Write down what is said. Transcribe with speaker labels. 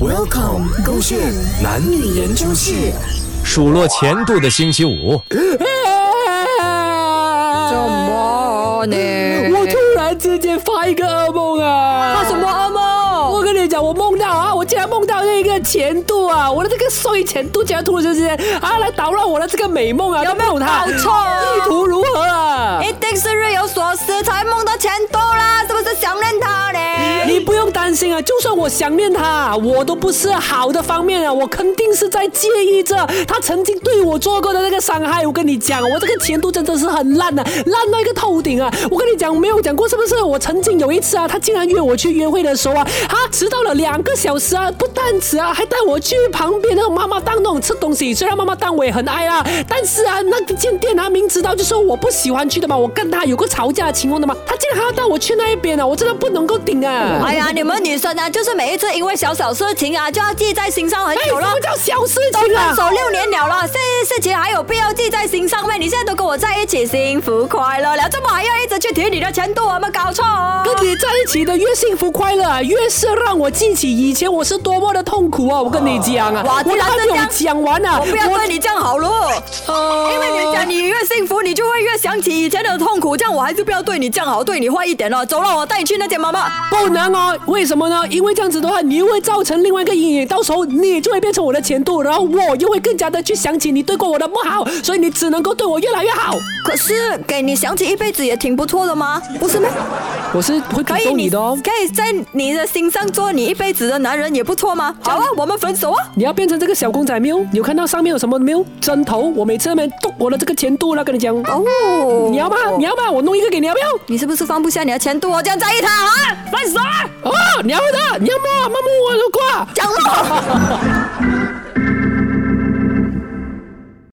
Speaker 1: Welcome，勾线男女研究室。
Speaker 2: 数落前度的星期五，
Speaker 3: 怎么呢？
Speaker 4: 我突然之间发一个噩梦啊！
Speaker 3: 发什么噩梦？
Speaker 4: 我跟你讲，我梦到啊，我竟然梦到那个前度啊，我的这个睡前度竟然突然之间啊来捣乱我的这个美梦啊！
Speaker 3: 有没有
Speaker 4: 都他
Speaker 3: 搞错啊
Speaker 4: 意图如何啊？
Speaker 3: 一定是日有所思才梦到钱多啦，是不是想念他呢？
Speaker 4: 你不用担心啊，就算我想念他，我都不是好的方面啊，我肯定是在介意着他曾经对我做过的那个伤害。我跟你讲，我这个前途真的是很烂啊，烂到一个透顶啊！我跟你讲，没有讲过是不是？我曾经有一次啊，他竟然约我去约会的时候啊，他迟到了两个小时啊，不但迟啊，还带我去旁边那种妈妈档那种吃东西。虽然妈妈档我也很爱啊，但是啊，那间店啊，明知道就说我不喜欢去的嘛，我跟他有过吵架的情况的嘛，他竟然还要带我去那一边啊，我真的不能够顶啊！
Speaker 3: 哎呀，你们女生啊，就是每一次因为小小事情啊，就要记在心上很
Speaker 4: 哎，
Speaker 3: 久
Speaker 4: 什
Speaker 3: 了
Speaker 4: 么。叫小事
Speaker 3: 都
Speaker 4: 情
Speaker 3: 分
Speaker 4: 啊？
Speaker 3: 手六年了了，这些事情还有必要记在心上吗？你现在都跟我在一起，幸福快乐了，怎么还要一直去提你的前度？有没有搞错哦？
Speaker 4: 跟你在一起的越幸福快乐啊，越是让我记起以前我是多么的痛苦啊！我跟你讲啊，
Speaker 3: 哇
Speaker 4: 我
Speaker 3: 既然
Speaker 4: 还没
Speaker 3: 是这
Speaker 4: 有
Speaker 3: 样
Speaker 4: 讲完啊，
Speaker 3: 我不要对你这样好哦了，因为你哎讲你越幸福，你就会越想起以前的痛苦。这样我还是不要对你这样好，对你坏一点了。走了，我带你去那间妈妈。
Speaker 4: 不能哦，为什么呢？因为这样子的话，你又会造成另外一个阴影，到时候你就会变成我的前度，然后我又会更加的去想起你对过我的不好，所以你只能够对我越来越好。
Speaker 3: 可是给你想起一辈子也挺不错的吗？不是吗？
Speaker 4: 我是会感
Speaker 3: 可以
Speaker 4: 动你的哦，
Speaker 3: 可以在你的心上做你一辈子的男人也不错吗？好啊，我们分手啊！
Speaker 4: 你要变成这个小公仔喵，你有看到上面有什么喵？针头，我每次那边动我的这个前度了，跟你讲。
Speaker 3: 哦，
Speaker 4: 你要吗？你要吗？我弄一个给你，要不要？
Speaker 3: 你是不是放不下你的前度哦？这样在意他啊？
Speaker 4: 分手啊！哦，你要的，你要摸摸摸我的瓜。
Speaker 3: 讲了。